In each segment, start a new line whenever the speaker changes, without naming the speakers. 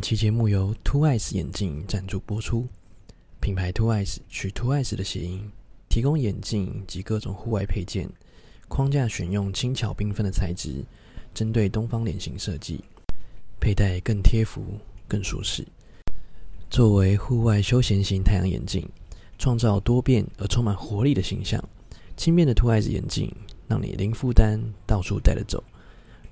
期节目由 Twice 眼镜赞助播出，品牌 Twice 取 Twice 的谐音，提供眼镜及各种户外配件，框架选用轻巧缤纷的材质，针对东方脸型设计，佩戴更贴服、更舒适。作为户外休闲型太阳眼镜，创造多变而充满活力的形象。轻便的 Twice 眼镜让你零负担，到处带着走，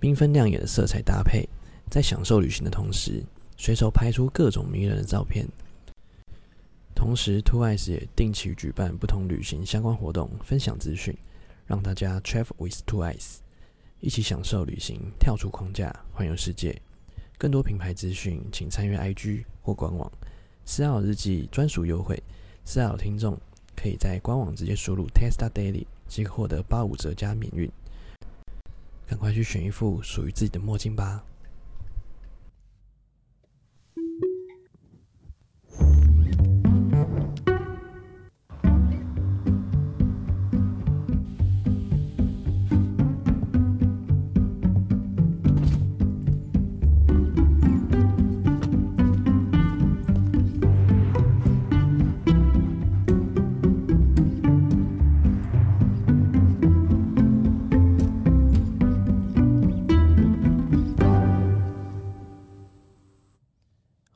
缤纷亮眼的色彩搭配，在享受旅行的同时，随手拍出各种迷人的照片。同时，Twice 也定期举办不同旅行相关活动，分享资讯，让大家 travel with Twice，一起享受旅行，跳出框架，环游世界。更多品牌资讯，请参阅 IG 或官网。思考日记专属优惠，思考听众可以在官网直接输入 Testa Daily，即可获得八五折加免运。赶快去选一副属于自己的墨镜吧！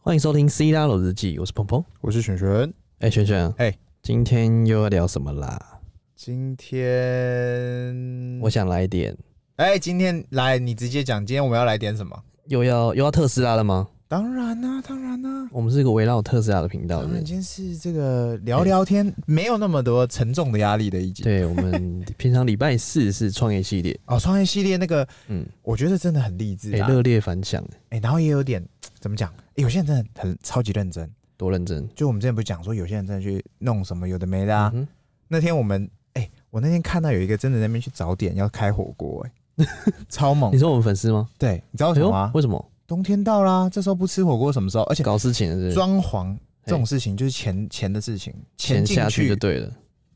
欢迎收听《C 大佬日记》，我是鹏鹏。
我是璇璇。
哎、璇璇，
哎
今天又要聊什么啦？
今天
我想来点，
哎、今天来你直接讲，今天我们要来点什么？
又要又要特斯拉了吗？
当然啦、当然啦、
我们是一个围绕特斯拉的频道
嗯当
是不
然
是
今天是这个聊聊天，没有那么多沉重的压力的一集。
对，我 们平常礼拜四是创业系列，
哦，创业系列那个，
嗯，
我觉得真的很励志
哎、
啊。哎、哎
热烈反响，
然后也有点怎么讲、哎有些人真的很超级认真。
多认真
就我们之前不是讲说，有些人真的去弄什么有的没的啊。
嗯哼
那天我们，哎、我那天看到有一个真的在那边去找点要开火锅、 哎，超猛
你。说我们粉丝吗？
对，你知道为什么啊
哎
吗
呦？为什么
冬天到啦，这时候不吃火锅什么时候？而且
搞事情了是不是？
装潢这种事情就是钱钱的事情，钱
钱
进
下去就
去，
对了，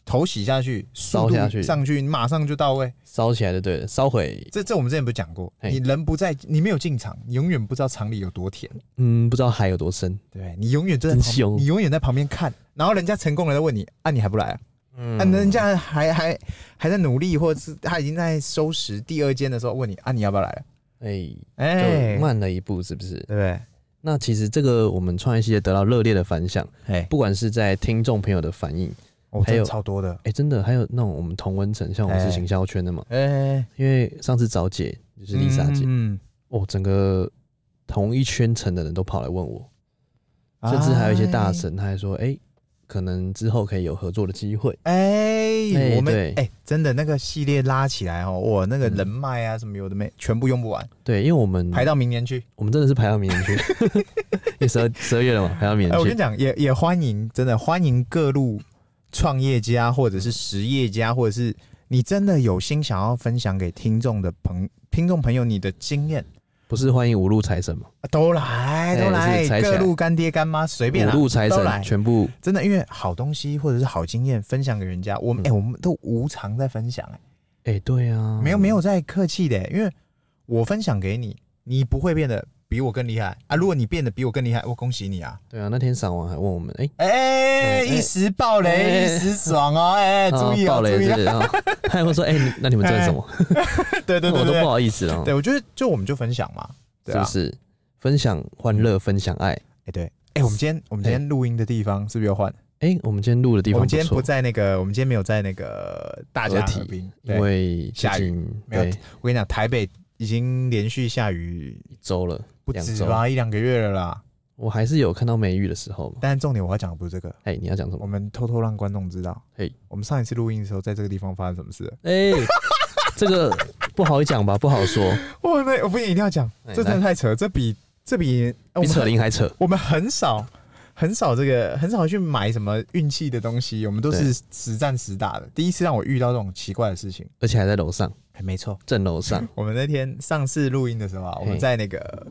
头洗下去，
烧
速度
下去
上去马上就到位。
烧起来就对了，烧毁。
这这我们之前不是讲过，
嘿
你人不在，你没有进场，你永远不知道厂里有多甜，
嗯，不知道海有多深。
对你永远就在
真
旁
凶
你永远在旁边看，然后人家成功了再问你，啊你还不来啊？
嗯
啊人家还还还在努力，或者是他已经在收拾第二间的时候问你，啊你要不要来啊？
哎，
哎
就，慢了一步，是不是？
对不对？
那其实这个我们创业系列得到热烈的反响，
哎，
不管是在听众朋友的反应，
我
还有
哦真的超多的，
哎，真的还有那种我们同温层，像我们是
哎
行销圈的嘛，
哎，
因为上次找姐就是丽莎姐，
嗯，
哦，整个同一圈层的人都跑来问我，甚至还有一些大
哎
神，他还说，哎，可能之后可以有合作的机会。
哎、
哎
我们
对嗯
哎、真的那个系列拉起来哦，哇，那个人脉啊什么有的没，全部用不完，
对，因为我们
排到明年去。
我们真的是排到明 年去，因为十二十二月了嘛，排到明
哎、
年
我跟
去
你。讲，也也欢迎，真的欢迎各路创业家或者是实业家，或者是你真的有心想要分享给听众的朋听众朋友你的经验，
不是欢迎五路财神嘛？
啊都来
哎
都
是踩
来，
起来
各路干爹干妈随便啦
五路财
都
神
来。
全部
真的，因为好东西或者是好经验分享给人家，我们哎、我们都无偿在分享哎、
哎、对啊，
没有没有在客气的，因为我分享给你，你不会变得比我更厉害啊。如果你变得比我更厉害，我恭喜你啊！
对啊，那天赏完还问我们，哎、
哎、
哎
一时爆雷、
哎
一时爽哦，哎、
啊
注意哦，
爆雷
注意
之
哦，
类的，啊他还会说，哎、你那你们赚什么？
对 对
那
对
我都
对
不
对，
好意思了哦，
对我觉得就我们就分享嘛，对
是
啊，
不是？分享欢乐，分享爱。
哎、对，哎、我们今天我们今天录音的地方是不是又换？
哎、我们今天录的地
我
方
们今天
错
不，在那个，我们今天没有在那个大家
合体
合并，
因
对，
为最
下雨
近
没有
对
我跟你讲，台北已经连续下雨
一周了，
不
两
止
周
吧，一两个月了啦。
我还是有看到梅雨的时候嘛。
但重点我要讲的不是这个，
哎、你要讲什
我
么？
们偷偷让观众知道，
嘿
我们上一次录音的时候，在这个地方发生什么事了？
哎、这个不好讲 吧，不好说，
哇， 那我不行，一定要讲，
哎
这真的太扯，这比这比呃我
比
们
扯
很
铃还扯。
我们很少很少这个很少去买什么运气的东西，我们都是实战实打的。第一次让我遇到这种奇怪的事情，
而且还在楼上，
哎，没错，
正楼上。
我们那天上次录音的时候啊，我们
嘿
在那个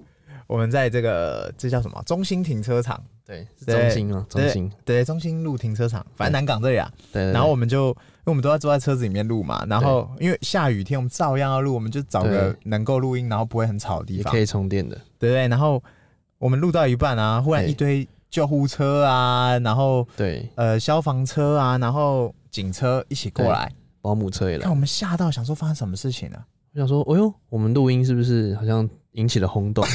我们在这个这叫什么中心停车场，
对，是
对
中心啊，中
对
心。
对，中心路停车场，反正
对
南港这里啊，
对对
然后我们就，因为我们都要坐在车子里面录嘛，然后因为下雨天我们照样要录，我们就找个能够录音，然后不会很吵的
对
地
也
方，
可
对
以充电的。
不对？然后我们录到一半啊，忽然
对
一堆救护车啊，然后
对，
呃消防车啊，然后警车一起过
对
来，
保姆车也来
让我。们吓到，想说发生什么事情啊了、
我想说，哎呦，我们录音是不是好像引起了轰 动，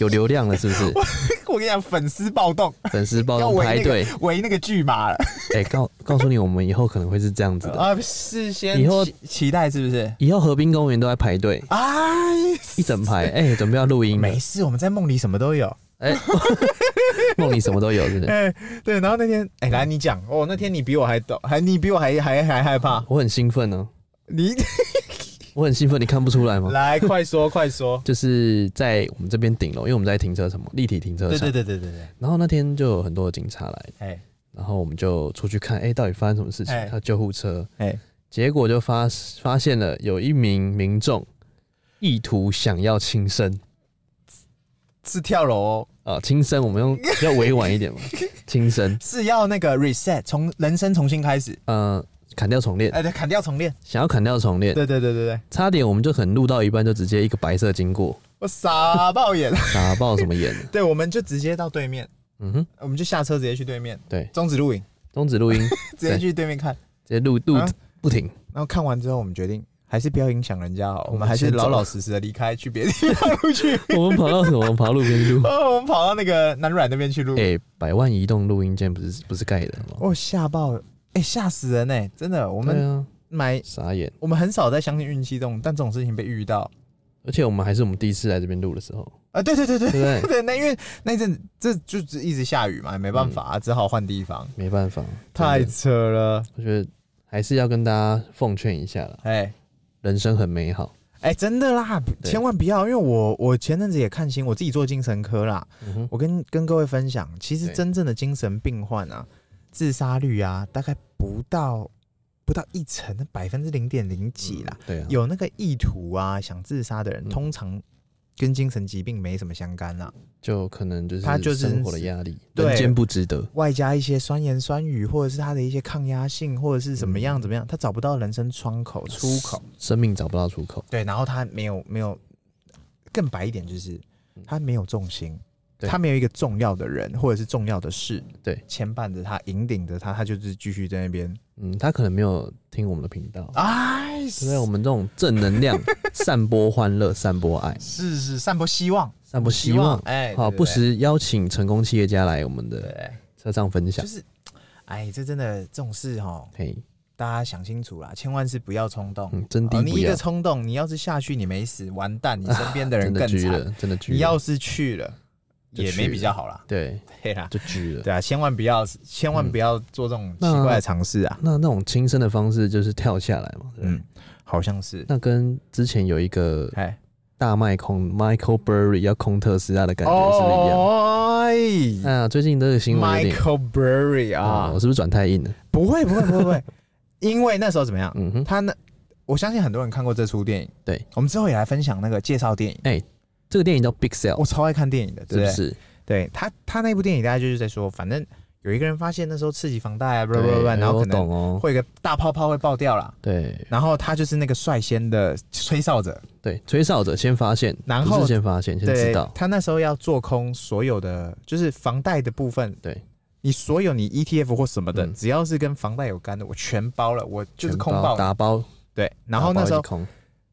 有流量了是不是？
我跟你讲，粉丝暴动，
粉丝包
要
动
围
排
那个
队，
围那个巨马 了
哎、告告诉你，我们以后可能会是这样子的。
啊！事先
以后
期期待是不是？
以后河滨公园都在排队，
哎，
一整排， 哎、准备要录音了，
没事，我们在梦里什么都有。
哎，梦里什么都有， 是不是？
哎、对，然后那天，哎、来你讲哦，那天你比我还抖，还你比我还还还害怕，
我很兴奋呢、
你
我很兴奋，你看不出来吗？
来快说快说。
就是在我们这边顶楼，因为我们在停车场嘛，立体停车
对
场。
对对哎对对对，
然后那天就有很多的警察来，
哎
然后我们就出去看，哎、到底发生什么事情？
哎
还有救护车，
哎，
结果就发发现了有一名民众意图想要轻生。
是跳楼、哦，
啊，轻生，我们用比较委婉一 点嘛，轻生，
是要那个 reset 从人生重新开始，
呃，砍掉重练，
哎、对，砍掉重练。
想要砍掉重练，
对对对对对，
差点我们就可能录到一半就直接一个白色经过，
我傻爆眼。
打爆什么 眼呢？
对，我们就直接到对面，
嗯哼，
我们就下车直接去对面，
对，
终止录影，
终止录音，
直接去对面看。
直接录录
啊
不停，
然后看完之后，我们决定还是不要影响人家好了，
我
我
们
们还是
先走
老老实实的离开，去别的地方 录去。
我们跑到什么？跑到路边录。
哦，我们跑到那个南软那边去录。
哎、百万移动录音间不是不是盖的吗？
哦，吓爆了！哎、吓死人呢、真的，我
我
们
啊，
买、
傻眼，
我们很少在相信运气这种，但这种事情被遇到
而且我们还是我们第一次来这边录的时候，
啊，对对对对
对不对？
对，那因为那一阵这就只一直下雨嘛，没办法、
嗯
只好换地方。
没办法，
太
真的
扯了，
我觉得还是要跟大家奉劝一下啦，
哎、
人生很美好。
哎、真的啦，
对
千万不要，因为我我前阵子也看新闻，我自己做精神科啦，
嗯哼，
我跟跟各位分享，其实
对
真正的精神病患啊，自杀率啊，大概不到不到一成，百分之零点零几啦。
对啊，
有那个意图啊，想自杀的人，
嗯
通常跟精神疾病没什么相干啊啦、
就可能就是
他就是
生活的压力，
对
人间不值得。
外加一些酸言酸语，或者是他的一些抗压性，或者是怎么样
嗯
怎么样，他找不到人生窗口出口。
生命找不到出口。
对，然后他没有没有，更白一点就是他没有重心，
对
他没有一个重要的人或者是重要的事，
对，
牵绊着他，引领着他，他就是继续在那边，
嗯，他可能没有听我们的频道，
哎，
因为我们这种正能 量，散播欢乐，散播爱，
是是散播希望，
散播希望。
哎，
好，
对
不，时邀请成功企业家来我们
对对
的
对
车上分享
就。是，哎，这真的这种事哈，
嘿，
大家想清楚啦，千万是不要冲动。
嗯，真
哦
的
你
不
一
要
个，冲动，你要是下去你没死，完蛋，你身边的
真
人
的
更
狙
惨。
了，真的狙了。
你要是去了，
就
也
去
没比
了
较好啦。
对，
对啦，
就狙了。
对啊，千万不要，千万
嗯
不要做这种奇
那
怪的尝试啊。
那那种轻生的方式就是跳下来嘛。嗯
嗯，，好像是。
那跟之前有一个
哎，
大麦空 Michael Burry 要空特斯拉的感
哦
觉是不是一样？
哎
啊，最近这个新闻有点
，Michael Burry
啊，
啊
我，是不是转太硬了？
不会不会不会 不会，因为那时候怎么样？
嗯哼，
他那我相信很多人看过这出电影。
对，
我们之后也来分享那个介绍电影。
这个电影叫 Big Cell，
我超爱看电影的，
是
对
不
对？
是？
对他，他那部电影大概就是在说，反正有一个人发现那时候刺激房贷啊，不不不，
对
然后
我
可能
懂哦，
会有一个大泡泡会爆掉啦。
对
然后他就是那个率先的吹哨者，
对，吹哨者先发现，
然
不
后
是先发现，先知
对
道，
他那时候要做空所有的，就是房贷的部分。
对，
你所有你 ETF 或什么的，
嗯
只要是跟房贷有干的，我全包了，我就是
全
空
包
爆你。
打包，
对，然
打
后
包
那时候
一空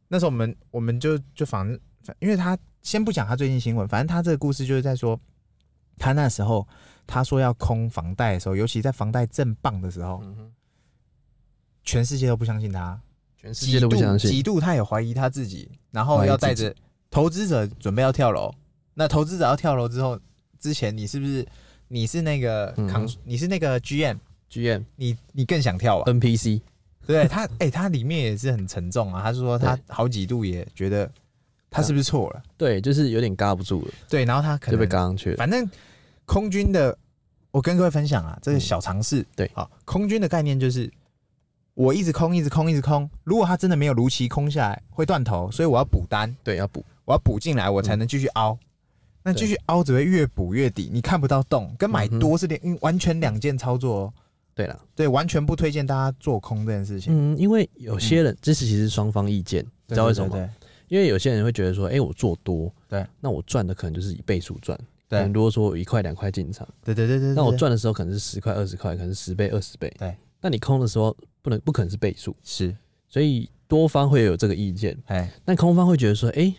那时候我们我们就就反正，反因为他先不讲他最近新闻，反正他这个故事就是在说，他那时候他说要空房贷的时候，尤其在房贷正棒的时候，
嗯哼
全世界都不相信他，
全世界都不
几度
相
几
信，
度他也怀疑他自己，然后
怀疑
要
自己
带着投资者准备要跳楼。那投资者要跳楼之后，之前你是不是你是那个
嗯哼
扛、你是那个 GM，
GM
你你更想跳
嗯
吧？
NPC
对他，哎、他里面也是很沉重啊。他是说他
对
好几度也觉得他是不是错了。
对，就是有点尬不住了，
对，然后他可
就被
能
尬上去了，
反正空军的，我跟各位分享啊，这个
嗯
小尝试、
对
好，空军的概念就是我一直空，一直空，一直空。如果他真的没有如期空下来，会断头，所以我要补单，
对，要补，
我要补进来，我才能继续凹。
嗯
那继续凹只会越补越底，你看不到洞，跟买多是两、因为完全两件操作哦。
对了，
对，完全不推荐大家做空这件事情。
嗯，因为有些人这是其实双方意见，你知
对
道为什么？
对
吗？
对
因为有些人会觉得说，哎，我做多，
对，
那我赚的可能就是以倍数赚，可
对
能如果说我一块两块进场，
对对对对对，
那我赚的时候可能是十块二十块，可能是十倍二十倍，
对，
那你空的时候不能不可能是倍数，
是，
所以多方会有这个意见，
哎，
但空方会觉得说，哎、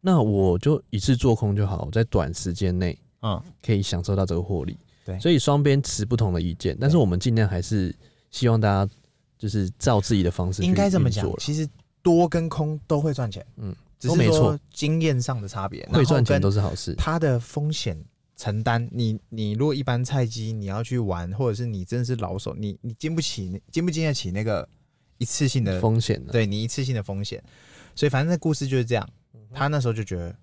那我就一次做空就好，我在短时间内
嗯，
可以享受到这个获利。
对
所以双边持不同的意见，但是我们尽量还是希望大家就是照自己的方式去
应该这么
运
讲
作，啦
其实多跟空都会赚钱，
嗯，
只
都
是
没
说
错
经验上的差别，然后
会赚钱
跟
都是好事。
它的风险承担，你你如果一般菜鸡，你要去玩，或者是你真的是老手，你你经不起，经不经得起那个一次性的，
风嗯险呢、啊
对你一次性的风险。所以反正那故事就是这样，
嗯
他那时候就觉得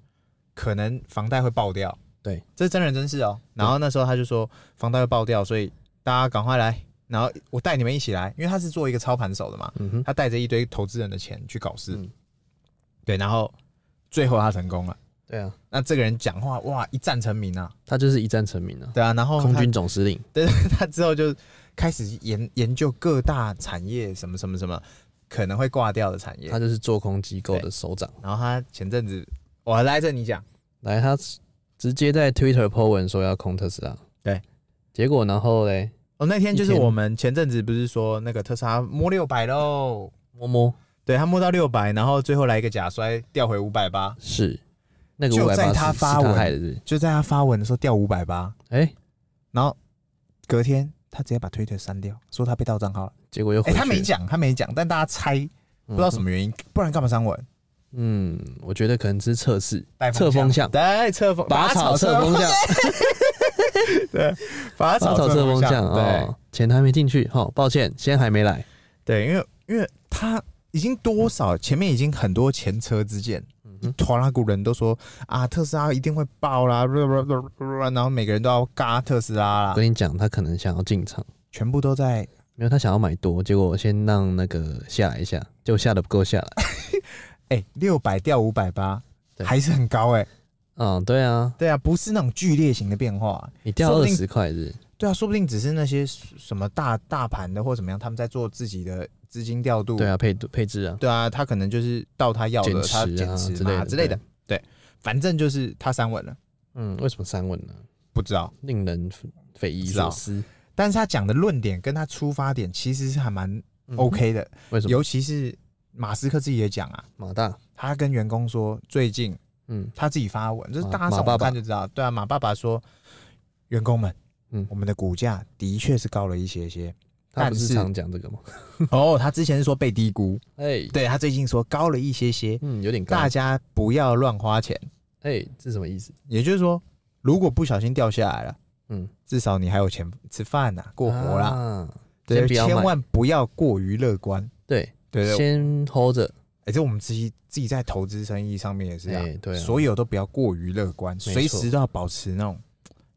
可能房贷会爆掉，
对，
这是真人真事哦。然后那时候他就说房贷会爆掉，所以大家赶快来，然后我带你们一起来，因为他是做一个操盘手的嘛，
嗯哼，
他带着一堆投资人的钱去搞事，
嗯
对，然后最后他成功了。
对啊，
那这个人讲话哇，一战成名啊！
他就是一战成名啊，
对啊，然后
空
他
军总司令。
他之后就开始研研究各大产业什么什么什么可能会挂掉的产业
他。就是做空机构的首长。
然后他前阵子，我来这你讲，
来，他直接在 Twitter po 文说要空特斯拉。
对，
结果然后嘞，
哦，那天就是
一天
我们前阵子不是说那个特斯拉摸六百喽？
摸摸
对他摸到六百，然后最后来一个假摔，掉回五百八，
是那个
就
五百
在
八
他
是
发
他
文
害的是不是，
就在他发文的时候掉五百八，
哎、
然后隔天他直接把推特删掉，说他被盗账号了。
结果又回
哎、
去了、嗯
他没讲，他没讲，但大家猜不
不
知道什么原因，不然干嘛删文？
嗯，我觉得可能只是测试
带
测风向，
对，测风
拔草测风向，
拔
拔草
测
测风向
对
哦，钱还没进去，好、抱歉，先还没来，
对，因为因为他已经多少前面已经很多前车之鉴，
嗯哼，
拖拉古人都说啊特斯拉一定会爆啦，然后每个人都要嘎特斯拉
我
啦，
跟你讲，他可能想要进场，
全部都在
因为他想要买多，结果我先让那个下来一下，结果下的不够下来，
哎六百掉五百八，
对
还是很高哎、
嗯，对啊，
对啊，不是那种剧烈型的变化。啊
你掉
说
二
不定
十块是
对啊，说不定只是那些什么大大盘的或怎么样，他们在做自己的资金调度。
对啊，配配置啊，
对啊，他可能就是到他要
减
嗯的，他
持啊
减持
之类
嘛
的
之类的
对。
对，反正就是他删文了，
嗯，为什么三问呢？
不知道。
令人匪夷
不知
所
道
思。
但是他讲的论点跟他出发点其实是还蛮
嗯
OK 的，
为什么？
尤其是马斯克自己也讲啊，
马大，
他跟员工说，最近
嗯，
他自己发文，就是
马
大
马
家上
爸
网
爸
看就知道，对啊，马爸爸说，员工们，
嗯
嗯，我们的股价的确是高了一些 些，
他不
但
是
是
常讲这个吗？
哦，他之前是说被低估，
哎，
对他最近说高了一些些，
嗯，有点高。
大家不要乱花钱，
哎，这是什么意思？
也就是说，如果不小心掉下来了，
嗯，
至少你还有钱吃饭呐、过活啦，
啊先
对，
不要卖
千万不要过于乐观，
对，
对对
先 hold 着。
哎、这我们自己自己在投资生意上面也是啊，
哎对啊
所有都不要过于乐观，
错
随时都要保持那种，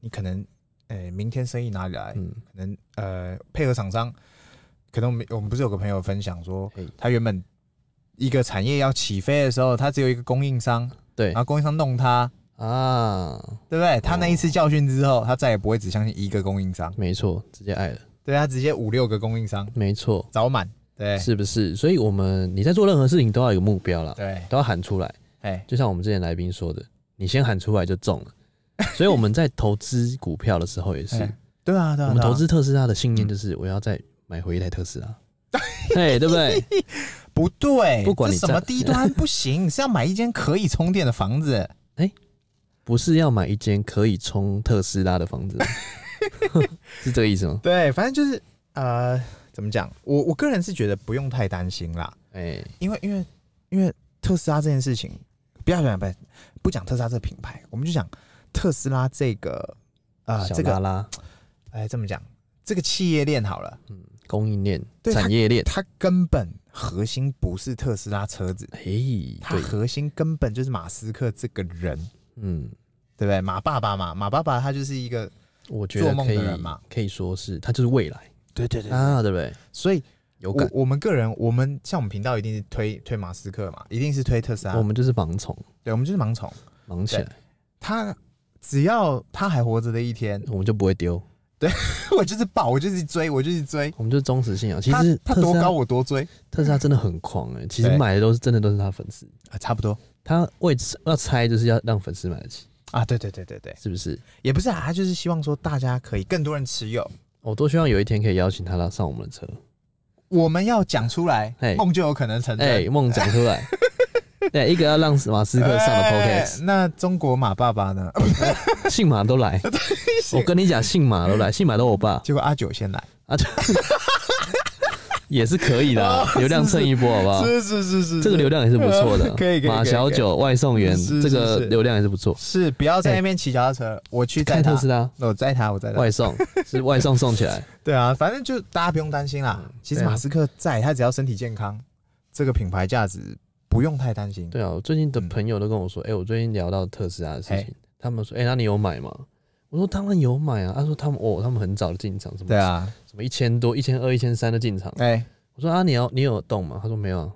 你可能，哎、明天生意哪里来？
嗯，
可能呃，配合厂商，可能我们我们不是有个朋友分享说
嘿，
他原本一个产业要起飞的时候，他只有一个供应商，
对
然后供应商弄他，
啊，
对不对？他那一次教训之后，他再也不会只相信一个供应商，
没错，直接爱了，
对他直接五六个供应商
没错，
找满，对
是不是？所以我们你在做任何事情都要有一个目标啦，
对，
都要喊出来。
哎，
就像我们之前来宾说的，你先喊出来就中了。所以我们在投资股票的时候也是，
哎对啊，对啊，
我们
对啊
投资特斯拉的信念就是我要再买回一台特斯拉，
嗯
哎，对不对？
不对，
不管
这
你
什么
在
低端 不行，是要买一间可以充电的房子。
不是要买一间可以充特斯拉的房 子吗， 是这个意思吗？
对，反正就是呃，怎么讲？我我个人是觉得不用太担心啦，
哎、
因为因为因为特斯拉这件事情，不要讲不要不讲特斯拉这个品牌，我们就讲特斯拉这个呃
小
这
拉
个
拉，
哎这么讲这个企业链好了，
嗯，供应链、
对它
产业链，
它根本核心不是特斯拉车子，
哎、
它
对，
核心根本就是马斯克这个人，
嗯，
对不对？马爸爸嘛，马爸爸他就是一个
我觉得
做梦
可
的
以
人嘛
可以说是它就是未来
对对对
啊，对不对？
所以
有感
我，我们个人，我们像我们频道一定是推推马斯克嘛，一定是推特斯拉。
我们就是盲从，
对，我们就是盲从。
盲起来，
他只要他还活着的一天，
我们就不会丢，
我就是爆，我就是追，我就是追。
我们就是忠实信啊仰。其
他
实
他
特
多
斯
高
拉，
我多追
特斯拉真的很狂哎、其实
对
买的都是真的都是他粉丝，
啊，差不多。
他为要猜就是要让粉丝买得起，
啊，对对对对对，
是不是？
也不是啊，他就是希望说大家可以更多人持有。
我多希望有一天可以邀请他来上我们的车。
我们要讲出来
哎，
梦就有可能成真。
哎、梦讲出 来。对，一个要让马斯克上的
哎
podcast，、
那中国马爸爸呢？ 哎
姓马都 来。我跟你讲，姓马都来，姓马都我爸
结果阿九先来，
啊，就也是可以的啊，流量蹭一波，好不好？
是是是是，
这个流量也是不错 的，
可以可以可以
马小九外送员
是是
这个
是
流量也是不错，
是不要在那边骑脚踏车，我去载
哎开
他
特，斯拉
我载他，我载他。
外 送是外送送起来，
对啊，反正就大家不用担心啦。其实
对啊
马斯克在，他只要身体健康，这个品牌价值不用太担心。
对啊，我最近的朋友都跟我说，哎、我最近聊到特斯拉的事情，他们说，哎、那你有买吗？我说当然有买啊，他说他们哦，他们很早就进场，什么
对啊，
什么一千多、一千二、一千三的进场。
哎
我说啊，你要你有动吗？他说没有啊，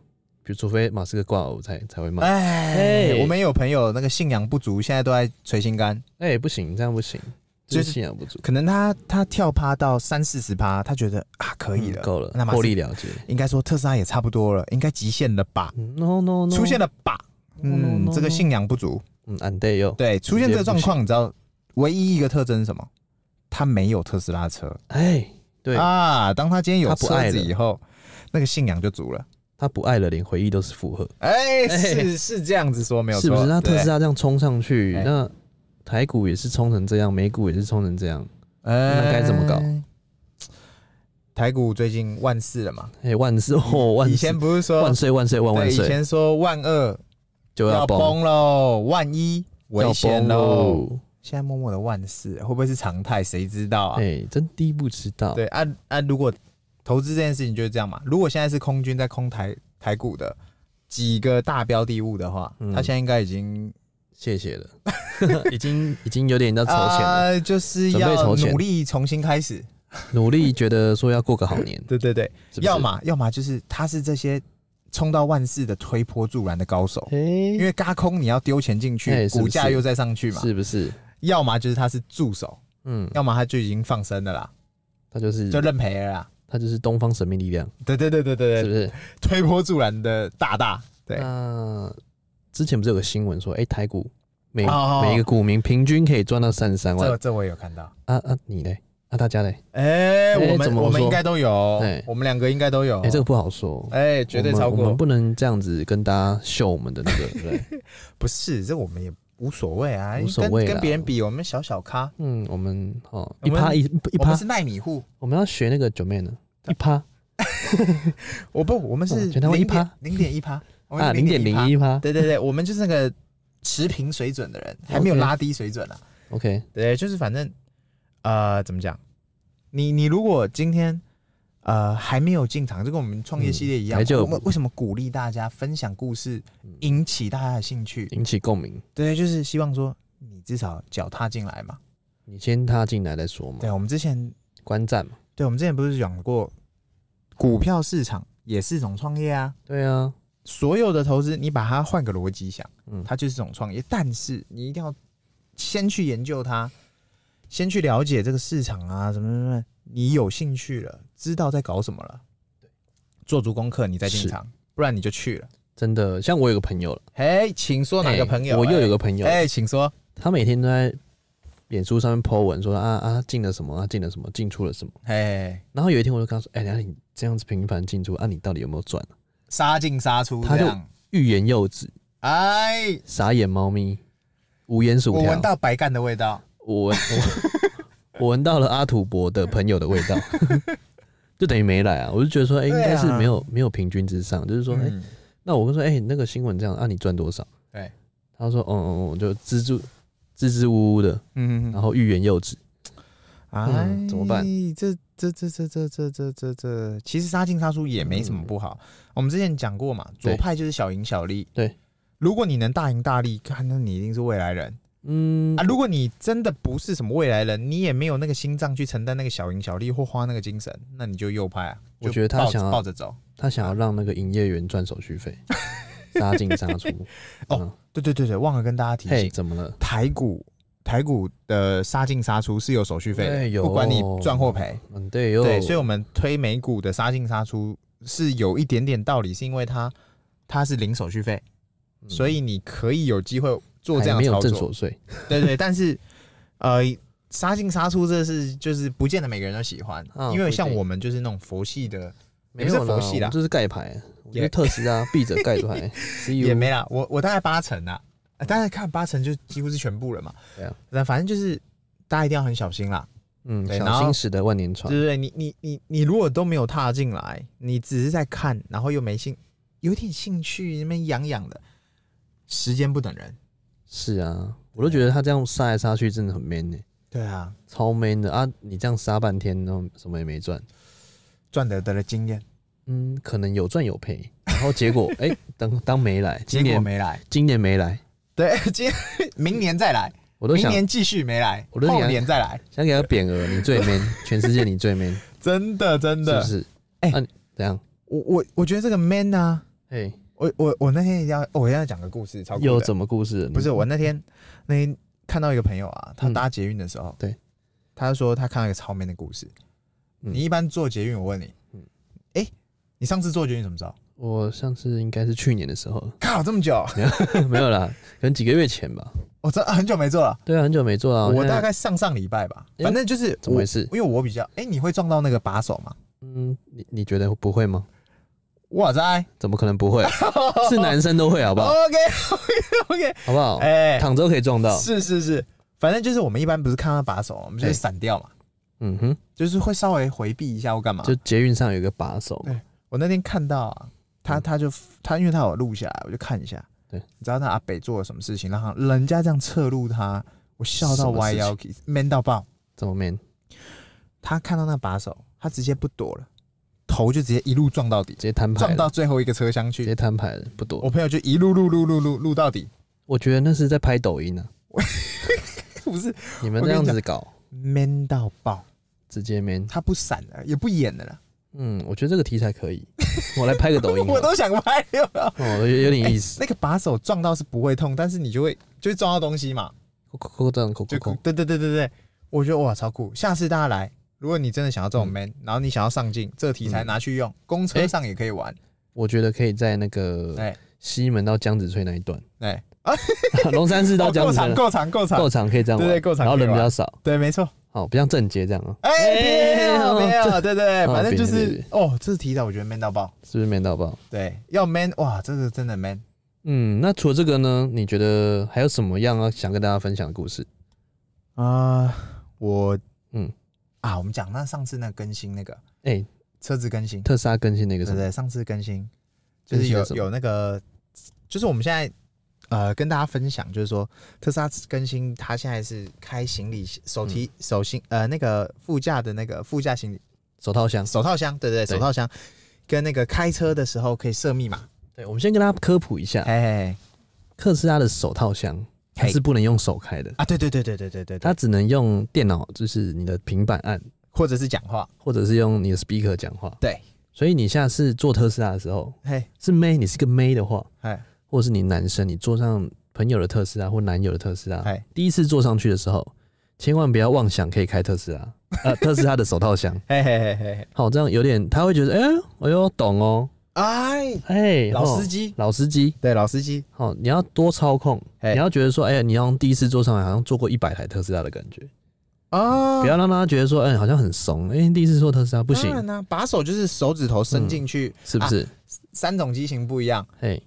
比如除非马斯克挂偶才才会卖。
哎
哎，
我们也有朋友那个信仰不足，现在都在捶心肝，
哎、不行，这样不行，
就是
这是信仰不足，
可能他他跳趴到三四十趴，他觉得啊可以了，
嗯够了
那，马斯
获利了结。
应该说特斯拉也差不多了，应该极限了吧？
嗯 No no no，
出现
了，
了吧？
No, no,
嗯，
no,
这个
no
信仰不足，
嗯，and day 又，
对，出现这个
直接不
状
行
况，你知道唯一一个特征是什么？他没有特斯拉车
哎，对、
啊。当他今天有
他不爱
车子
了
以后，那个信仰就足了。
他不爱了，连回忆都是负荷，
哎，
哎
是是这样子说，没有
是不
错
是？那特斯
对
拉这样冲上去
哎，
那台股也是冲成这样，美股也是冲成这样，
哎
那该怎么搞？
台股最近万四了嘛？
哎，万事哦，万
以
事
前不是说
万岁万岁万万
对，以
岁，
前说万二
就
要
崩，
崩喽，万一危
要
险哦
崩
喽。
喽！
现在默默的万四会不会是常态？谁知道啊？
哎，真低不知道，
对，按、按、如果投资这件事情就是这样嘛。如果现在是空军在空台台股的几个大标的物的话，
嗯
他现在应该已经
谢谢了， 已经已经有点要筹钱了，
啊就是
准备
要
筹钱
努力重新开始。
努力觉得说要过个好年，
对对对，
是不是
要么要么就是他是这些冲到万事的推波助澜的高手，
哎，
因为嘎空你要丢钱进去，
哎是不
股价
是
又再上去嘛。
是不是？
要么就是他是助手，
嗯，
要么他就已经放生了啦，
他就是
就认赔了啦。
他就是东方神秘力量，
对对对对对
是
对，
不是？
推波助澜的大大，对，
那之前不是有个新闻说，哎，台股每
哦
每一个股民平均可以赚到三十三万
这这我有看到。
啊啊，你嘞？啊，大家嘞？
哎、
哎
我
怎
们
么
我们
说
应该都有，
哎
我们两个应该都有。
哎，这个不好说，
哎、哦绝对
我们
超
我
过
们，不能这样子跟大家秀我们的那个， 对不对？
不是这我们也无所谓啊，
无所谓啦
跟跟别人比，我们小小咖，
嗯，我们哦，
我
一
们
趴一一
我们
趴
是，奈米户，
我们要学那个九妹呢，一趴
我不，我们是
哦全台湾
零
1%
点零点 一趴，我们
啊，零点零一趴
对对对，我们就是那个持平水准的 人，还没有
OK
拉低水准啊。
，OK，
对，就是反正呃，怎么讲？你你如果今天呃还没有进场，就跟我们创业系列一样，
嗯就嗯
我们为什么鼓励大家分享故事，引起大家的兴趣？
引起共鸣，
对，就是希望说你至少脚踏进来嘛。
你先踏进来再说嘛，
对，我们之前，
观战嘛，
对我们之前不是讲过，股票市场也是一种创业啊。
对啊，
所有的投资，你把它换个逻辑想，
嗯，
它就是一种创业，但是你一定要先去研究它，先去了解这个市场啊，什么什么什么，你有兴趣了，知道在搞什么了，做足功课你再进
是
场，不然你就去了。
真的，像我有个朋友了，
哎，请说哪
哎
个朋友？
我又有
个
个朋友，
哎，请说。
他每天都在脸书上面 po 文说啊啊进了什么啊进了什么进出了什么，
哎，
然后有一天我就跟他说，哎、梁你这样子频繁进出啊，你到底有没有赚？
杀进杀出
他
这
就
样。
欲言又止，
哎，
傻眼猫咪，无言薯
我
条
闻，到白干的味道。
我闻我我闻到了阿土伯的朋友的味道，就等于没来啊。我就觉得说，哎、应
对啊
该是没有没有平均之上，就是说，哎、
嗯，
那我跟说，哎、那个新闻这样啊，你赚多少？
对，
他说，嗯嗯，我就支支支支吾吾的，
嗯哎
然后欲言又止，嗯怎么办？
这这这这这这这这这，其实杀进杀出也没什么不好。我们之前讲过嘛，
嗯对
左派就是小赢小利。
对，
如果你能大赢大利，看那你一定是未来人
嗯
啊！如果你真的不是什么未来人，你也没有那个心脏去承担那个小赢小利或花那个精神，那你就右派啊。
我
就
觉得他
抱着
想要
抱着走。
他想要让那个营业员赚手续费，杀进杀出。
哦
嗯，
对对对对，忘了跟大家提
嘿，
醒，
怎么了？
台股台股的杀进杀出是有手续费
哎
的，
呦
不管你赚或赔。
嗯，对哟，
对，所以我们推美股的杀进杀出是有一点点道理，是因为它它是零手续费，
嗯
所以你可以有机会做这样
还
的
没有
操
正
作。
所税，
对对，但是呃，杀进杀出这是就是不见得每个人都喜欢，
啊
因为
不一
像
定
我们就是那种佛系的，
没
不是
有啦，
佛系
我
啦
们这是盖牌，我们
也
是特斯拉闭着盖 牌，See
也
you，
没啦，我我大概八成啊，呃大家看八成就几乎是全部了嘛。
对啊，
那反正就是大家一定要很小心啦，
嗯，
对然
小
后
心驶得万年船
对，不对？你你你你如果都没有踏进来，你只是在看，然后又没兴，有点兴趣，那边痒痒的，时间不等人。
是啊，我都觉得他这样杀来杀去真的很 man 呢、
对啊，
超 man 的啊！你这样杀半天，然后什么也没赚，
赚得得的经验，
嗯，可能有赚有赔，然后结 果哎、当当没来，
结
今
果
年
没来，
今年没来，
对，今明年再来，
我都
明
想
年继续没来，
我都想
后年再来，
想给他匾额，你 最 man，全世界你最 man，是
真的真
不
的。
是？
哎
啊你怎样？
我我我觉得这个 man 啊，
嘿，
我我我那天一定要，哦我一定要讲个故事，超酷的
有什么故事？
不是我那天那天看到一个朋友啊，他
嗯
搭捷运的时候，
对，
他说他看到一个超 man 的故事。
嗯
你一般坐捷运，我问你，嗯
嗯，
哎、你上次坐捷运什么时候？
我上次应该是去年的时候 了，
靠，这么久，
没有啦，可能几个月前吧。
我真很久没坐了。
对啊，很久没做了。
我
现在
大概上上礼拜吧，
哎
反正就是
怎么
我
回事
因为我比较，哎、你会撞到那个把手吗？
嗯，你你觉得不会吗？
哇塞
怎么可能不 会？是男生都会，好不好？
，OK OK
好不好？
哎、
躺着都可以哦撞到。
是是是，反正就是我们一般不是看到把手，我们就是
哎
闪掉嘛，
嗯哼，
就是会稍微回避一下或干嘛。
就捷运上有一个把手嘛，
我那天看到啊，他
嗯
他就他因为他有录下来，我就看一下。
对，
你知道那阿北做了什么事情，让他人家这样侧录他，我笑
什
到
么
歪
事
腰给，man 到爆。
怎么 man？直
他看到那把手，他直接不躲了，头就直接一路撞到底，
接摊牌
撞到
了，
最后一个车厢
直
去。
接摊牌了，不躲
我。朋友就一路录录录录录 到底，
我觉得那是在拍抖音呢，啊
不是
你们
我
这
跟
样
你
子搞，
man 到爆，
直接 man。
他不闪了，也不演了啦，
嗯，我觉得这个题材可以，我来拍个抖音好
我
了。
都想拍了。
哦，有有点意思。
那个把手撞到是不会痛，但是你就会就会撞到东西嘛。
扣扣扣这样扣
就
扣扣，
对对对对对，我觉得哇超酷！下次大家来，如果你真的想要这种
嗯
man，、然后你想要上进，这个题材拿去用，公车上也可以玩。
我觉得可以在那个
对
西门到江子翠那一段，
对，
龙山寺到
哎哦
江
够
子翠
长
那，
够长够长
够，长可以这样玩，
对对够长
然后人
可以
比
玩
较少，
对，没错。
哦，不像郑杰这样啊，
哎，没有没
这
有，对对，
哦
反正就
别
是
别
哦，这个题材我觉得 man 到爆。
是不是 man 到爆？
对，要 man 哇，这个真的 man。
嗯，那除了这个呢，你觉得还有什么样啊想跟大家分享的故事？
啊、我嗯
嗯
啊，我们讲那上次那更新那个
哎、
车子更新，
特斯拉更新那个
对
什么？
对，上次更新就是
更新
有
了什么
有那个，就是我们现在呃跟大家分享，就是说特斯拉更新，它现在是开行李手提、
嗯
手行呃那个副驾的那个副驾行李
手套箱。
手套箱，对对
对
手套箱跟那个开车的时候可以设密码，
对，我们先跟大家科普一下，
哎哎
特斯拉的手套箱它
嘿
啊是不能用手开的，
啊，对对对对对对对
它
对，
只能用电脑，就是你的平板按，
或者是讲话，
或者是用你的 speaker 讲话。
对，
所以你下次坐特斯拉的时候，
嘿
是妹，你是个妹的话，
嘿
或者是你男生，你坐上朋友的特斯拉或男友的特斯拉，
嘿，
第一次坐上去的时候，千万不要妄想可以开特斯 拉，呃，特斯拉的手套箱。
嘿嘿嘿嘿嘿，
好，这样有点，他会觉得，哎、哎呦，懂哦，
哎，
哎，
老
吼
司机，
老司机，
对老司机，
好，你要多操控，
嘿
你要觉得说，哎、呀，你好像第一次坐上来，好像坐过一百台特斯拉的感觉，
哦
不要让他觉得说，哎、好像很怂，哎、第一次坐特斯拉不行嗯
当，然啦、把手就是手指头伸进去，
是不是？
三种机型不一样。
嘿，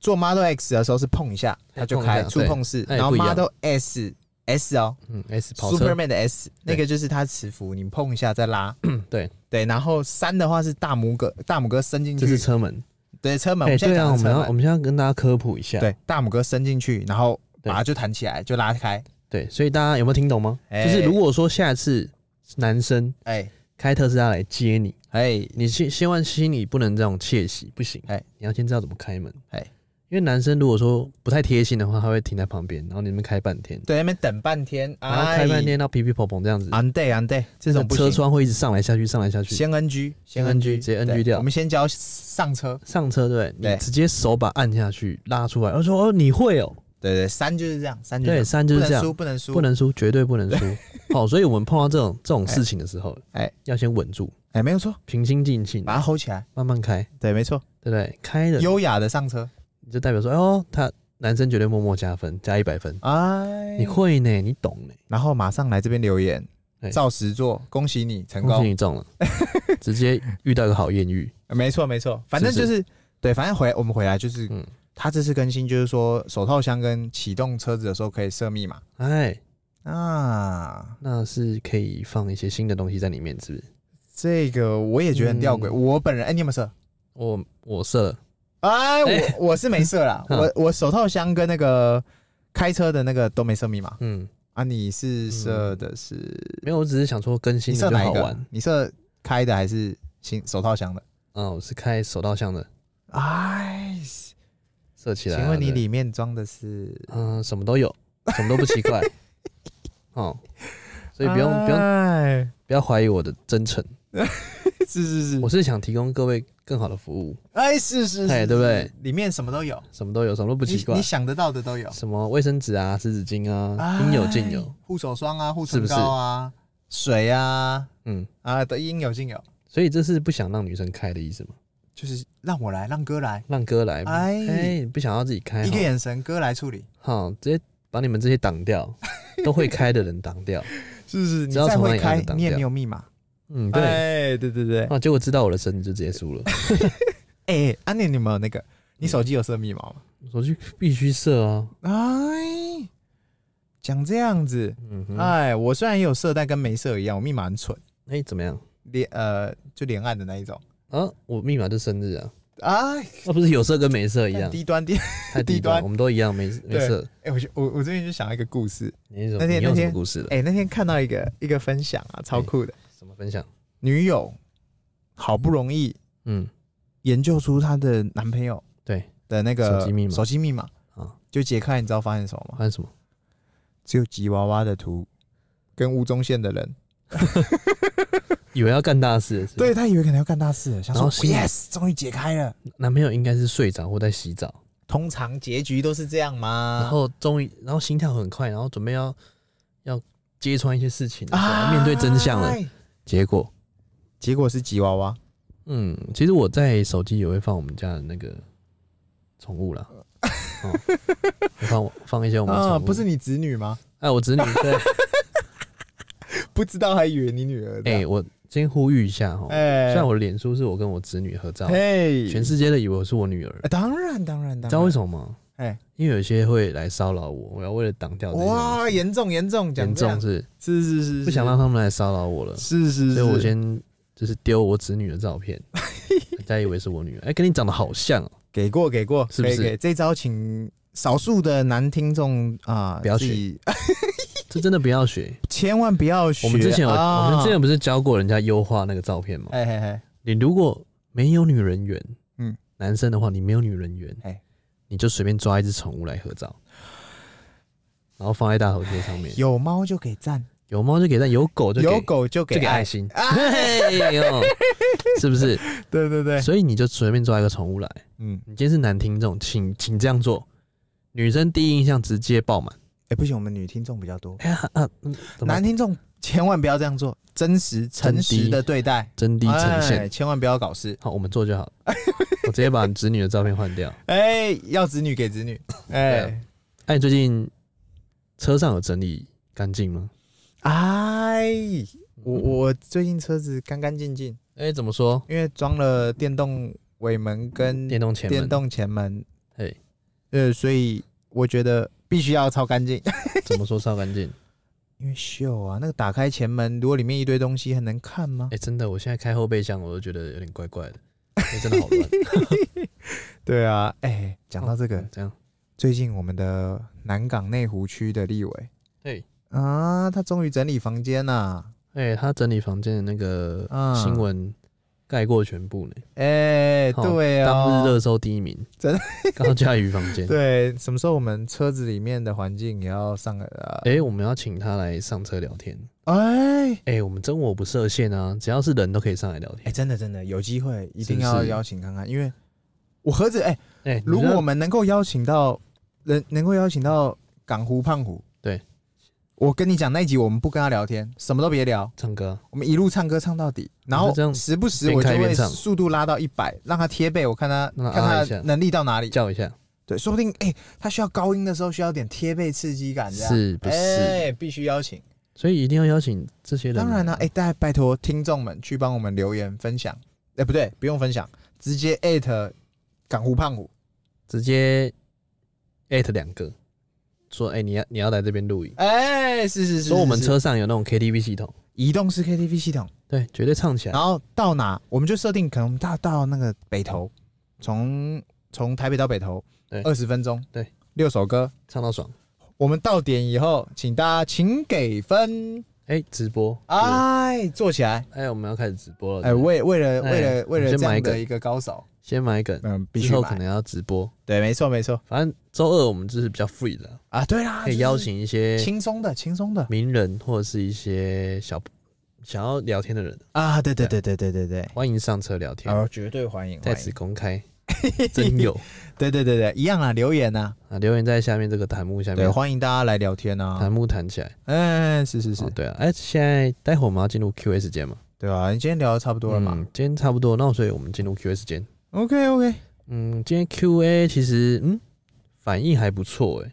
做 Model X 的时候是碰一下，它就开
哎碰一下
触碰式，
对
然后
哎不一样
Model S S 哦
嗯，S 跑车，
，Superman 的 S 那个就是它磁浮，你碰一下再 拉。
嗯对，
对，然后三的话是大拇哥，大拇哥伸进
这是
去，
车门，
对车门。
哎、
嗯我们现在
对啊，
讲
我
的是
们
车
要
门
我们现在跟大家科普一下，
对大拇哥伸进去，然后
对
把它就弹起来，就拉开。
对，所以大家有没有听懂吗？
哎
就是如果说下次男生
哎
开特斯拉来接你，
哎，
你千千万心里不能这种窃喜，不行，
哎
你要先知道怎么开门，
哎
因为男生如果说不太贴心的话，他会停在旁边，然后你们开半天，
对，那边等半天，
然后
哎，
开半天到皮皮砰砰这样子，
，on day on day，这种不
车
行。
窗会一直上来下去，上来下去，
先 NG，
先
先 NG，
NG 直接 NG
对
掉
我们先教上车，
上车对不对，
对
你直接手把按下去拉出来，我说哦你会哦，
对对，三就是这样，三就是
对，
这样
三就是这
不能输，
样，
不能输，
不能输，绝对不能输，好，所以我们碰到这种这种事情的时候，
哎
哎，要先稳住，
哎，没有错，
平心静气，
把它 hold 起来。
慢慢开，
对，没错，
对不对？开了
优雅的上车。
你就代表说，哦，他男生绝对默默加分，加一百分。
哎，
你会呢，你懂呢，
然后马上来这边留言
对，
照实做，恭喜你成
恭喜
功。
你 中了，直接遇到一个好艳遇。
呃没错没错，反正
是
就是是对，反正回我们回来就是，
嗯
他这次更新就是说手套箱跟启动车子的时候可以设密码
哎，
啊，
那是可以放一些新的东西在里面，是不是？
这个我也觉得很吊诡。
嗯
我本人哎、你有没有设？
我我设了，
哎，
哎
我我是没设啦，
嗯
我我手套箱跟那个开车的那个都没设密码
嗯，
啊。你是设的是、
没有，我只是想说更嗯新
你
的
设
就
哪一
好
个
玩。？
你设开的还是新手套箱的？
嗯，我是开手刀向的，
哎，
设起来啊。
请问你
对
里面装的是？
嗯、什么都有，什么都不奇 怪。哦，所以不用、不用
哎，
不要怀疑我的真诚，
是是是
我， 是想提供各位更好的服务，
哎是是，
哎
是
对不对？
是里面什么都有，
什么都有，什么都不
你
奇怪
你。想得到的都有，
什么卫生纸啊、湿纸巾啊，应有尽有
哎。，护手霜啊，护
是
唇
不是
膏啊，水啊
嗯，
啊都应有尽有，
所以这是不想让女生开的意思吗？
就是让我来，让哥来，
让哥来，
哎
哎，不想要自己开
一，个眼神，哥来处理。
好，好直接把你们这些挡掉，都会开的人挡掉。
是是，你
只要
再
从哪
会
里按
开
就，挡
你也
掉
没有密码。
嗯，对。
哎，对对对。
啊，结果知道我的生日就直接输了，
哎，安妮，你有没有那个？你手机有设密码吗？
手机必须设啊。
哎，讲这样子，
嗯哼，哎、
哎，我虽然也有设，但跟没设一样，我密码很蠢，
怎么样？
连呃就连按的那一种。
啊，我密码就生日啊，
哎，
那、不是有色跟没色一
很
样，
低端低。
太低
低
端，
端
我们都一样，没没色。
哎，我就我 我最近就想到一个故事，
你是什么？
那天
你有
那
什么
天
故事的？
哎，那天看到一个一个分享啊，超酷的，
什么分享？
女友好不容易
嗯，
研究出她的男朋友
对
的那个
手机密码
手机密码
啊
就解开，你知道发现什么吗？
发生什么？
只有吉娃娃的图跟吴宗宪的人，
以为要干大事，是不是，
对他以为可能要干大事了，想
然后
说
心里
yes，终于解开了。
男朋友应该是睡着或在洗澡，
通常结局都是这样
然
嘛。
后终于，然后心跳很快，然后准备要要揭穿一些事情，
啊，
面对真相了。结果，
结果是吉娃娃
嗯，其实我在手机也会放我们家的那个宠物 啦，哦，我放放一些我们的宠
啊，
物，
不是你侄女吗？
哎，我侄女 对，
不知道还以为你女儿的。
哎、我先呼吁一下哈，
哎
虽然我的脸书是我跟我侄女合照，
嘿，
全世界都以为我是我女儿，
呃当然当然当然。
你知道为什么吗？
哎，
因为有些会来骚扰我，我要为了挡掉这些
哇，
东西
严重严重，讲
严
这样
重是
是是是，是
不想让他们来骚扰我了，
是是，
所以我
是
先就是丢我侄女的照 片，人家以为是我女儿，哎、跟你长得好像、哦，
给过给过，
是不是
可以给这招请少数的男听众啊，
不要
自己
这真的不要 学。
千万不要学。
我们之前有，
啊
我们之前不是教过人家优化那个照片吗？
哎哎哎，
你如果没有女人缘，嗯
嗯，
男生的话，你没有女人缘，
哎
你就随便抓一只宠物来合照，然后放在大头贴上面，
有猫就给赞，
有猫就给赞，有狗就给
有狗就
就
给
给爱
爱，
心，哎呦， 是不是？
对对对，
所以你就随便抓一个宠物来，
嗯，
你今天是男听众，请请这样做，女生第一印象直接爆满，
哎，不行，我们女听众比较多，
哎呀啊，嗯怎么
男听众千万不要这样做，真实
真
诚
的
实的对待，
真低呈
哎
现？
千万不要搞事，
好，我们做就好了，我直接把侄女的照片换 掉。
哎，要子女给子女，
对
哎，
哎，你最近车上有整理干净吗？啊
哎，我
嗯
我最近车子干干净净，
哎、怎么说？
因为装了电动尾门跟
电动前门，
电动前门，
嘿，
呃，所以我觉得必须要超干净，
怎么说超干净？
因为秀啊，那个打开前门，如果里面一堆东西，很能看吗
哎、？真的，我现在开后备箱，我都觉得有点怪怪的，因为真的好乱。
对啊，哎、 讲到这个，
嗯这样，
最近我们的南港内湖区的立委
对，
啊，他终于整理房间啦、
哎、他整理房间的那个
啊，
新，闻盖过全部呢，
哎、
好
对啊、
当日
哦，
热搜第一名，
真的
高嘉瑜房间。
对，什么时候我们车子里面的环境也要上个啊？
哎、我们要请他来上车聊天。
哎、
哎、我们真我不设限啊，只要是人都可以上来聊
哎、
天。
真的真的有机会，一
是
定
不
要
是
邀请看看，因为我何止哎、
哎、你
如
知
果
道
我们能够邀请到能能够邀请到港湖胖虎，
对，
我跟你讲那一集我们不跟他聊天，什么都别聊，
唱歌啊，
我们一路唱歌唱到底，然
我
后
是这样
时不时
边
我就
开边
会
唱
速度拉到一百，让他贴背，我看他
让他
看
拉
他
一下
能力到哪里。
叫一下。
对，说不定哎、他需要高音的时候需要点贴背刺激感，这样
是不是
哎、必须邀请。
所以一定要邀请这些人。啊
当然了、哎、大家拜托听众们去帮我们留言分享，哎、不对，不用分享，直接艾特港湖胖虎，
直接艾特两个，说哎、你要你要来这边录影，
哎、是是是
说我们
是是
车上有那种 KTV 系统，
移动式 KTV 系统，
对，绝对唱起来。
然后到哪我们就设定，可能我们到到那个北投，从从台北到北投
对
二十分钟，
对，
六首歌，
唱到爽。
我们到点以后，请大家请给分，
哎、直播啊！
哎，坐起来，
哎、我们要开始直播了。
哎，
对不对
为为了
哎
为了为了
先
这
买一
样
个
的一个高手，
先买梗，
嗯，必
之
须
后可
买，
能要直播。
对，没错没错
反正周二我们就是比较 free 的，
啊，对啦，
可
就
以
是
邀请一些
轻松的轻松的
名人或者是一些小想要聊天的人，
啊，对对对对对对对，
欢迎上车聊天，
啊，绝对欢迎，
在
欢
此
迎，
公 开真有
对对对对，一样啊，留言啊，
啊！留言在下面这个弹幕下
对，
面，
欢迎大家来聊天啊
弹，幕弹起来。
哎，是是是
哦，，对啊，哎、现在待会我们要进入 Q&A 时间嘛？
对吧？你今天聊的差不多了嘛
嗯，今天差不多，那所以我们进入 Q&A 时间。
？OK OK，
嗯，今天 Q&A 其实嗯反应还不错哎、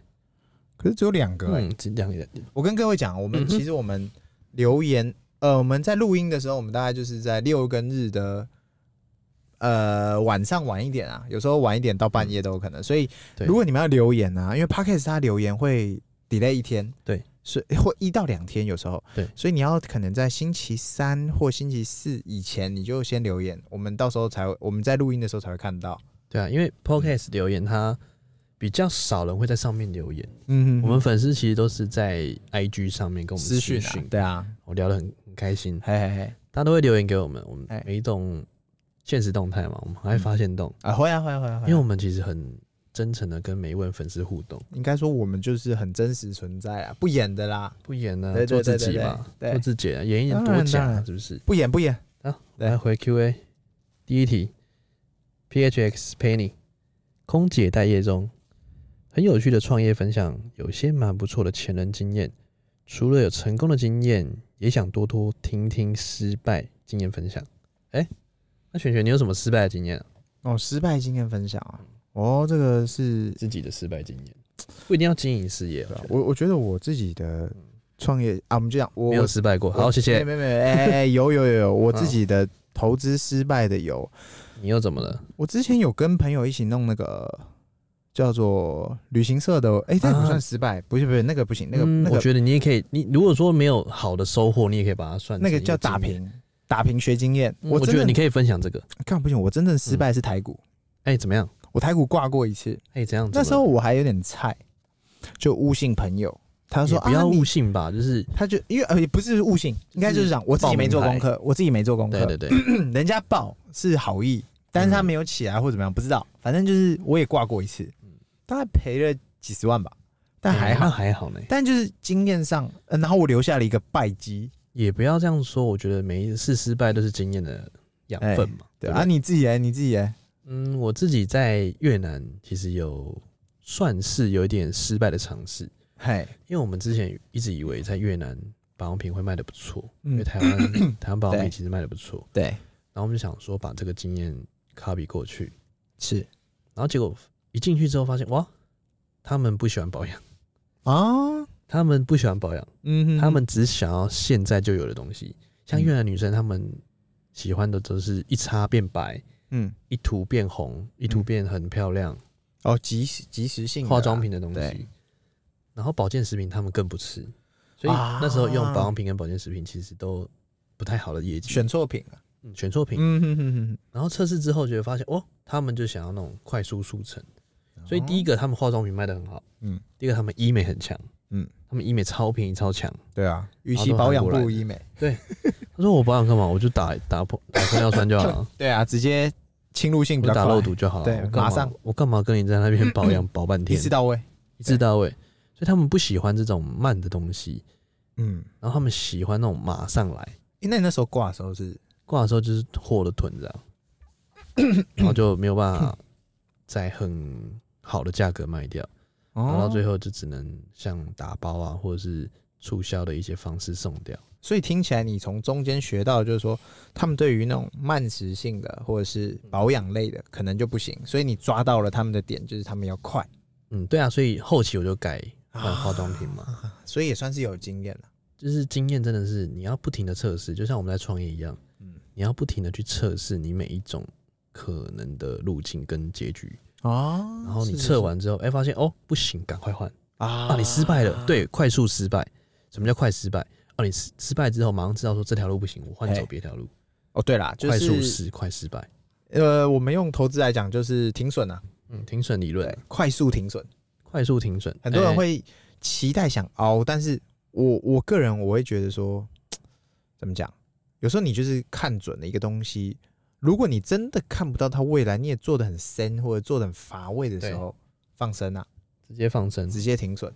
可是只有两个哎，
嗯，这两个
我跟各位讲，我
嗯
们
哼
其实我们留言，呃，我们在录音的时候，我们大概就是在六跟日的，呃，晚上晚一点啊，有时候晚一点到半夜都有可能。所以，
对
如果你们要留言啊，因为 podcast 它留言会 delay 一天，
对，
所以或一到两天有时候，
对
所以你要可能在星期三或星期四以前，你就先留言，我们到时候才会，我们在录音的时候才会看到。
对啊，因为 Podcast 留言它比较少人会在上面留言，
嗯
我们粉丝其实都是在 IG 上面跟我们
私
私
讯
讯，
啊，对啊，
我聊得很很开心，
嘿嘿嘿，
大家都会留言给我们，我们
哎
每一种现实动态嘛，我们还会发现动，
啊，会啊会啊会啊，会啊
因为我们其实很真诚的跟每一位粉丝互动，
应该说我们就是很真实存在啊，不演的啦，
不演呢、
对
做
对
自
对
己
对
嘛，
对对
做自己、啊，演一演
当
多
然
假、
当
啊，
然
是不是？
不演不演。
好，我
对
们来回 Q&A，第一题，PHX Penny，空姐待业中，很有趣的创业分享，有些蛮不错的前人经验。除了有成功的经验，也想多多听听失败经验分享。哎、那璇璇，你有什么失败的经验、啊？
哦，失败经验分享
嗯
啊，哦，这个是啊
自己的失败经验，不一定要经营事业，我觉得
我我觉得我自己的创业啊，我们就讲我
没有
我
失败过。好，谢
没
谢。
没没，哎哎哎，有有有有，我
嗯
自己的投资失败的有，
你又怎么了？
我之前有跟朋友一起弄那个叫做旅行社的，哎，那
啊
不算失败，不是不是那个不行，那个
嗯
那
我
个
觉得你也可以，你如果说没有好的收获，你也可以把它算
那个
成一
叫打
经验。
平打平学经验，
嗯我觉
真
得
的
你可以分嗯享这个。
看不行，我真正失败是台股，
哎、怎么样？
我台股挂过一次，
哎、怎样？
那时
怎么
候
了
我还有点菜，就误信朋友，他说
也不要
啊你
悟性吧，就是
他就因为呃也不是误信，应该就是讲我自己没做功课，我自己没做功
对嗯
课，
对
嗯
对，
人家报是好意，但是他没有起来或怎么样，不知道，反正就是我也挂过一次，
嗯
大概赔了几十万吧，但还
哎那
好，
还好呢，
但就是经验上，呃然后我留下了一个败绩，
也不要这样说。我觉得每一次失败都是经验的养分嘛。
对
不
啊，你自己来，你自己来，
嗯，我自己在越南其实有算是有一点失败的尝试，
嘿，
因为我们之前一直以为在越南保养品会卖的不错，因为
嗯，
台湾台湾保养品
对
其实卖的不错，
对，
然后我们就想说把这个经验 copy 过去，
是
然后结果一进去之后发现，哇，他们不喜欢保养，
啊，
他们不喜欢保养。
嗯哼，
他们只想要现在就有的东西。像越南女生，她们喜欢的都是一擦变白，
嗯，
一涂变红，一涂变很漂亮，
哦，及时及时性的啊
化妆品的东西
对。
然后保健食品他们更不吃，所以
啊
那时候用保养品跟保健食品其实都不太好的业绩，
选错品了，
嗯选错品。
嗯哼哼哼
然后测试之后就会发现，哦，他们就想要那种快速速成，
哼，
所以第一个他们化妆品卖的很好，
哦嗯，
第二个他们医美很强，
嗯，
他们医美超便宜超强。
对啊，与
然后
其
都
保
韩
养
国
不
来
如
的
医美。
他说我保养干嘛？我就打打破打玻尿酸就好 了。
对啊，直接侵入性
我
比较
就
快
打肉毒就好了。
对
我干嘛
马上
我干嘛跟你在那边保 养保半
一
天？
次到位。
一次到位，所以他们不喜欢这种慢的东西，
嗯，
然后他们喜欢那种马上来。
诶那你那时候挂的时候是
挂的时候就是货的囤着，然后就没有办法在很好的价格卖掉，然后到最
后
后就只能像打包啊，或者是促销的一些方式送掉。
所以听起来，你从中间学到的就是说，他们对于那种慢食性的或者是保养类的，可能就不行。所以你抓到了他们的点，就是他们要快，
嗯，对啊，所以后期我就改换化妆品嘛，
所以也算是有经验了。
就是经验真的是你要不停的测试，就像我们在创业一样，
嗯
你要不停的去测试你每一种可能的路径跟结局，
哦
然后你
是是
测完之后，哎、发现哦不行，赶快换
啊
啊，你失败了，，对，快速失败。什么叫快失败？哦，你失失败之后马上知道说这条路不行，我换走
哎
别条路，
哦对啦，就
快速
是
失快失败，
呃，我们用投资来讲，就是停损啊，
嗯，停损理论
对，，快速停损。
快速停损，
很多人
哎
会期待想凹，但是我我个人我会觉得说，怎么讲？有时候你就是看准了一个东西，如果你真的看不到它未来，你也做的很深或者做的很乏味的时候，放生啊，
直接放生。
直接停损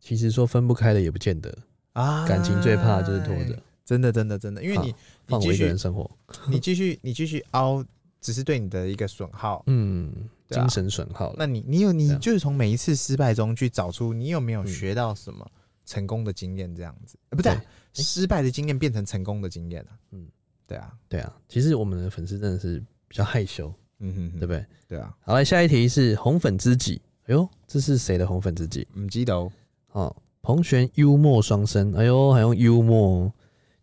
其实说分不开的也不见得，
啊。
感情最怕就是拖着，
真的真的真的，啊因为你你
放
继
我一个
续
人生活，
你继续你继续凹，只是对你的一个损耗。
嗯，
对啊
精神损耗了。
那你你有你
对啊
就是从每一次失败中去找出你有没有
嗯
学到什么成功的经验，这样子，呃不对啊，
对
失败的经验变成成功的经验了。嗯
嗯，
对啊，
对啊，其实我们的粉丝真的是比较害羞，
嗯哼哼，
对不
对？
对？
对啊，
好，来下一题是红粉知己，哎呦，这是谁的红粉知己？
唔记得哦
哦，彭璇幽默双生，哎呦，还用幽默哦，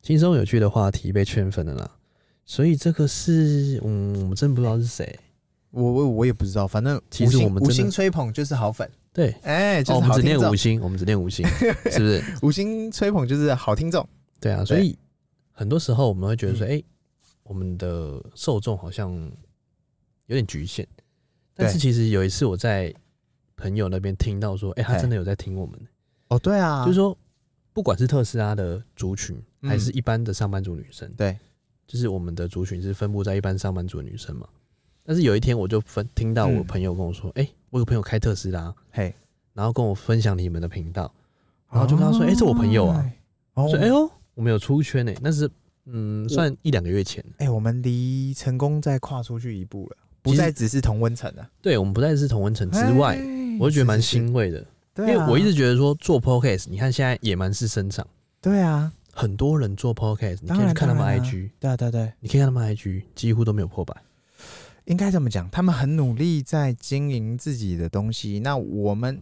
轻松有趣的话题被圈粉了啦。所以这个是，嗯，我真不知道是谁。
我我我也不知道，反正
其实
五星
我们真
五
的
星吹捧就是好粉，
对，
哎，就
哦，我
是
们
好
只
听
念
众
五，星，我们只念五星，是不是？
五星吹捧就是好听众，
对啊，所以很多时候我们会觉
嗯
得说，哎、我们的受众好像有点局限。但是
对
其实有一次我在朋友那边听到说，哎、他
哎
真的有在听我们，
哦，对啊，
就是说，不管是特斯拉的族群，
嗯
还是一般的上班族女生，
对，
就是我们的族群是分布在一般上班族的女生嘛。但是有一天我就分听到我
嗯
朋友跟我说，哎、我有朋友开特斯拉，
嘿，
然后跟我分享你们的频道，然后就跟他说哎这我朋友啊，
哦，
说，哎
哎
呦，我们有出圈呢、那是嗯，算一两个月前。
哎，我们离成功再跨出去一步了，
其
不
实
再只是同温层了，
对我们不再是同温层之外，
哎
我就觉得蛮，
是是是
欣慰的，
对啊
因为我一直觉得说做 podcast，你看现在野蛮式生长，
对啊，
很多人做 podcast，你可
当
以
然
去看他们
当然啊
IG，
对啊对啊对啊。
你可以看他们 IG 几乎都没有破百，
应该这么讲，他们很努力在经营自己的东西。那我们，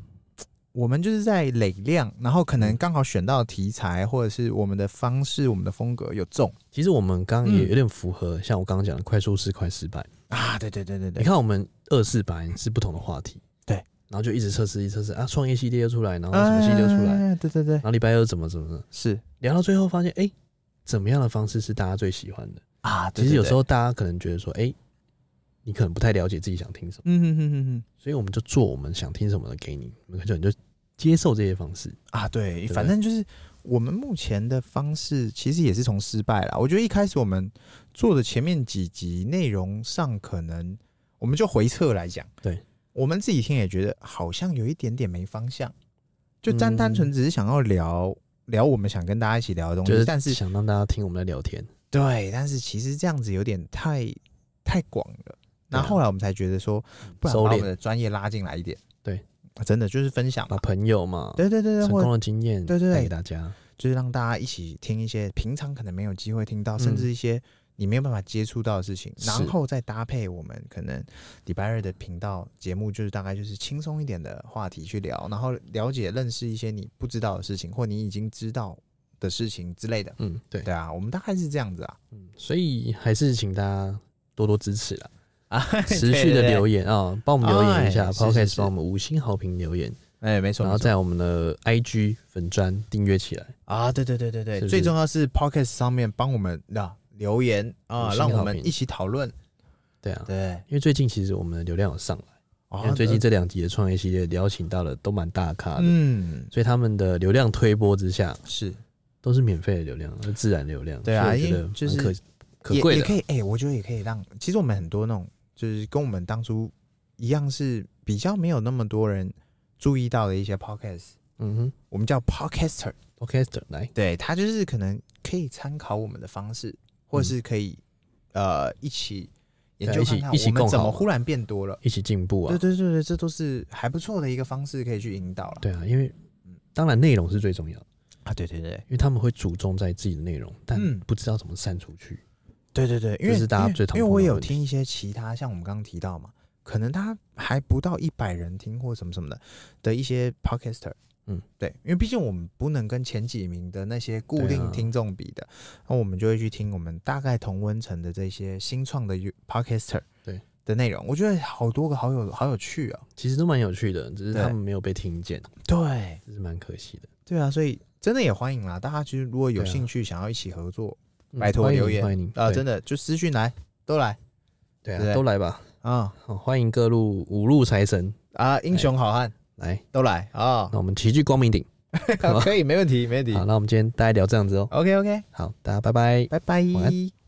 我们就是在累量，然后可能
嗯
刚好选到的题材，或者是我们的方式、我们的风格有中
其实我们刚刚也
嗯
有点符合，像我刚刚讲的快速是快失败。
啊。对对对对
你，看我们二四百是不同的话题，
对，
然后就一直测试一直测试啊，创业系列又出来，然后什么系列又出来，
哎对对对
然，后礼拜二怎么怎么怎么，
是
聊到最后发现，哎、怎么样的方式是大家最喜欢的？
啊。
其实有时
候，
候大家可能觉得说，哎、你可能不太了解自己想听什么，
嗯哼哼哼哼，
所以我们就做我们想听什么的给你，你们就你就接受这些方式。
啊，
对
对，反正就是我们目前的方式，其实也是从失败啦。我觉得一开始我们做的前面几集内容上，可能我们就回撤来讲，
对
我们自己听也觉得好像有一点点没方向，就单
嗯
单纯只是想要聊、聊我们想跟大家一起聊的东
就
西，
是
但是
想让大家听我们在聊天，
对，但是其实这样子有点太太广了。那
对啊
后来我们才觉得说，不然把
收
我们
敛，
的专业拉进来一点，啊
对，
真的就是分享
把
嘛，
朋友嘛，
对对对对，
成
或者
功的经验
对对对
带给大家。
就是让大家一起听一些平常可能没有机会听到，
嗯
甚至一些你没有办法接触到的事情，
是
然后再搭配我们可能礼拜二的频道节目，就是大概就是轻松一点的话题去聊，然后了解认识一些你不知道的事情，或你已经知道的事情之类的。
嗯，对，
对啊，我们大概是这样子啊，
嗯，所以还是请大家多多支 持啦，
啊，
持续的留
言，
言啊，帮我们留言一下
哎是是
，Podcast
是
帮我们五星好评留言，
哎，没错，
然后在我们的 IG 粉砖订阅起来。
啊，对对对对对，
是不是
最重要是 Pocket 上面帮我们啊留言
五
啊，
星
让我
好
们
评
一起讨论，
对啊，
对，
因为最近其实我们的流量有上来，因
啊
为最近这两集的创业系列邀请到了都蛮大咖的，
嗯
所以他们的流量推波之下
是。
都是免费的流量，是自然流量。
对啊
所以我觉
因
得
为就是
蛮可可
也
贵
也
的啊
可。以，哎、我觉得也可以让，其实我们很多那种，就是跟我们当初一样，是比较没有那么多人注意到的一些 podcast，
嗯哼
我们叫 podcaster，
，Podcaster 来，
对他就是可能可以参考我们的方式，或者是可以、呃一起研
嗯对啊
究
一起
看看
一起
我们
共
怎
好
么
嘛
忽然变多了。
一起进步
对
啊。
对对对，这都是还不错的一个方式，可以去引导了。
对啊，因为当然内容是最重要的，
啊，对对对
因为他们会注重在自己的内容，但
嗯
不知道怎么散出去。
对对对，因
这
为
是大家
因为
最常
因为
碰
我
到的
有
问题
听一些其他，像我们刚刚提到嘛，可能他还不到一百人听或什么什么的的一些 podcaster，
嗯，
对，因为毕竟我们不能跟前几名的那些固
对啊
定听众比的，那我们就会去听我们大概同温层的这些新创的 you- podcaster
对
的内容，我觉得好多个好有好有趣啊，
其实都蛮有趣的，只是
对
他们没有被听见，
对
这是蛮可惜的。
对啊，所以真的也欢迎啦，大家其实如果有
对啊
兴趣想要一起合作
嗯
拜托
欢迎
留言
欢迎
啊、真
的
的就私讯来都来
对
对
啊，都来吧，
啊
好，欢迎各路五路财神
啊，
哎
英雄好汉
来，
都来啊。
那我们齐聚光明顶。好吧
可以，没问题，没问题。
好，那我们今天大概聊这样子哦。
OK OK，
好，大家拜拜。
拜拜，
晚安